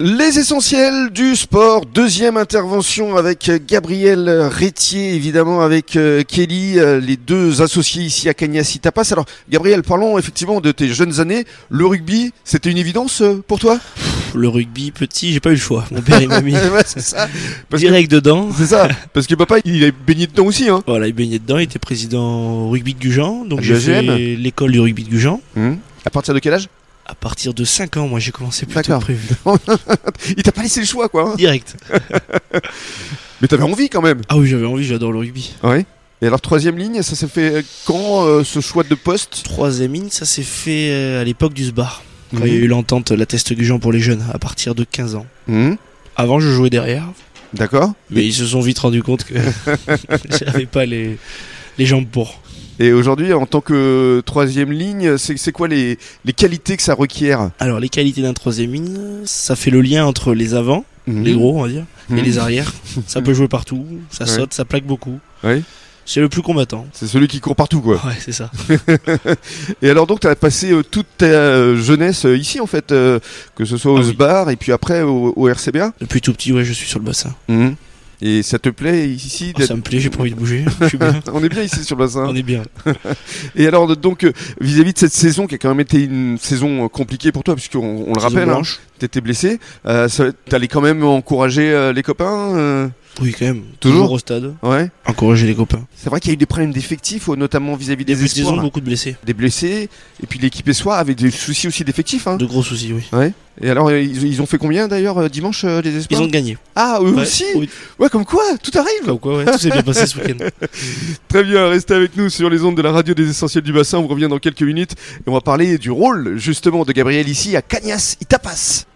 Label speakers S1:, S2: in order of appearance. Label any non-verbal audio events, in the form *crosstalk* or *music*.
S1: Les essentiels du sport, deuxième intervention avec euh, Gabriel Rétier, évidemment avec euh, Kelly, euh, les deux associés ici à Cagnassi Tapas. Alors Gabriel, parlons effectivement de tes jeunes années. Le rugby, c'était une évidence euh, pour toi
S2: Le rugby petit, j'ai pas eu le choix. Mon père il
S1: *laughs*
S2: m'a mis
S1: Ouais, C'est ça, parce que-
S2: direct dedans.
S1: c'est ça, parce que papa, il est baigné dedans aussi. Hein.
S2: Voilà, il baignait dedans, il était président rugby de Gujan, donc
S1: Ah,
S2: j'ai fait
S1: deuxième.
S2: l'école du rugby de Gujan.
S1: À partir de quel âge
S2: À partir de 5 ans, moi j'ai commencé plus tôt que
S1: D'accord.
S2: prévu.
S1: *laughs* Il t'a pas laissé le choix, quoi. hein.
S2: Direct.
S1: Mais t'avais envie quand même.
S2: Ah oui, j'avais envie, j'adore le rugby.
S1: Ouais. Et alors troisième ligne, ça s'est fait euh, quand euh, ce choix de poste
S2: Troisième ligne, ça s'est fait euh, à l'époque du SBAR, quand
S1: Mhm.
S2: il y a eu l'entente, la test Gujan pour les jeunes, à partir de 15 ans.
S1: Mhm.
S2: Avant, je jouais derrière,
S1: D'accord.
S2: mais ils se sont vite rendus compte que *laughs* j'avais pas les, les jambes pour.
S1: Et aujourd'hui, en tant que troisième ligne, c'est c'est quoi les, les qualités que ça requiert
S2: Alors, les qualités d'un troisième ligne, ça fait le lien entre les avants les
S1: Mhm.
S2: gros on va dire,
S1: Mhm.
S2: et les arrières. Ça peut jouer partout, ça
S1: Hmm. Ouais.
S2: saute, ça plaque beaucoup.
S1: Ouais.
S2: C'est le plus combattant.
S1: C'est celui qui court partout, quoi.
S2: Ouais, c'est ça.
S1: Et alors donc, tu as passé euh, toute ta euh, jeunesse euh, ici, en fait, euh, que ce soit au
S2: Ah oui.
S1: SBAR et puis après au, au RCBA.
S2: Depuis tout petit, ouais, je suis sur le bassin.
S1: Mhm. Et ça te plaît ici
S2: Ah,
S1: d'être-
S2: ça me plaît, j'ai pas envie
S1: *laughs*
S2: de bouger. Je suis bien.
S1: On est bien ici sur le bassin.
S2: On est bien.
S1: Et alors de- donc euh, vis-à-vis de cette saison qui a quand même été une saison euh, compliquée pour toi puisqu'on on le
S2: Saison
S1: rappelle, hein,
S2: blanche.
S1: t'étais blessé, euh, ça- t'allais quand même encourager euh, les copains, euh,
S2: Oui, quand même.
S1: Toujours
S2: au stade.
S1: ouais.
S2: Encourager les copains.
S1: C'est vrai qu'il y a eu des problèmes d'effectifs, euh, notamment vis-à-vis des
S2: Début de
S1: espoirs,
S2: saison,
S1: là.
S2: beaucoup de blessés.
S1: des blessés, et puis l'équipe espoir avait des soucis aussi d'effectifs. Hein.
S2: De gros soucis, oui.
S1: Et alors euh, ils, ils ont fait combien d'ailleurs euh, dimanche euh, les espoirs
S2: Ils ont gagné.
S1: Ah eux
S2: Ouais,
S1: aussi,
S2: oui.
S1: ouais comme quoi tout arrive.
S2: Comme quoi, ouais, tout s'est bien passé ce week-end.
S1: Très bien, restez avec nous sur les ondes de la radio des Essentiels du Bassin. On revient dans quelques minutes et on va parler du rôle justement de Gabriel ici à Cagnas Itapas.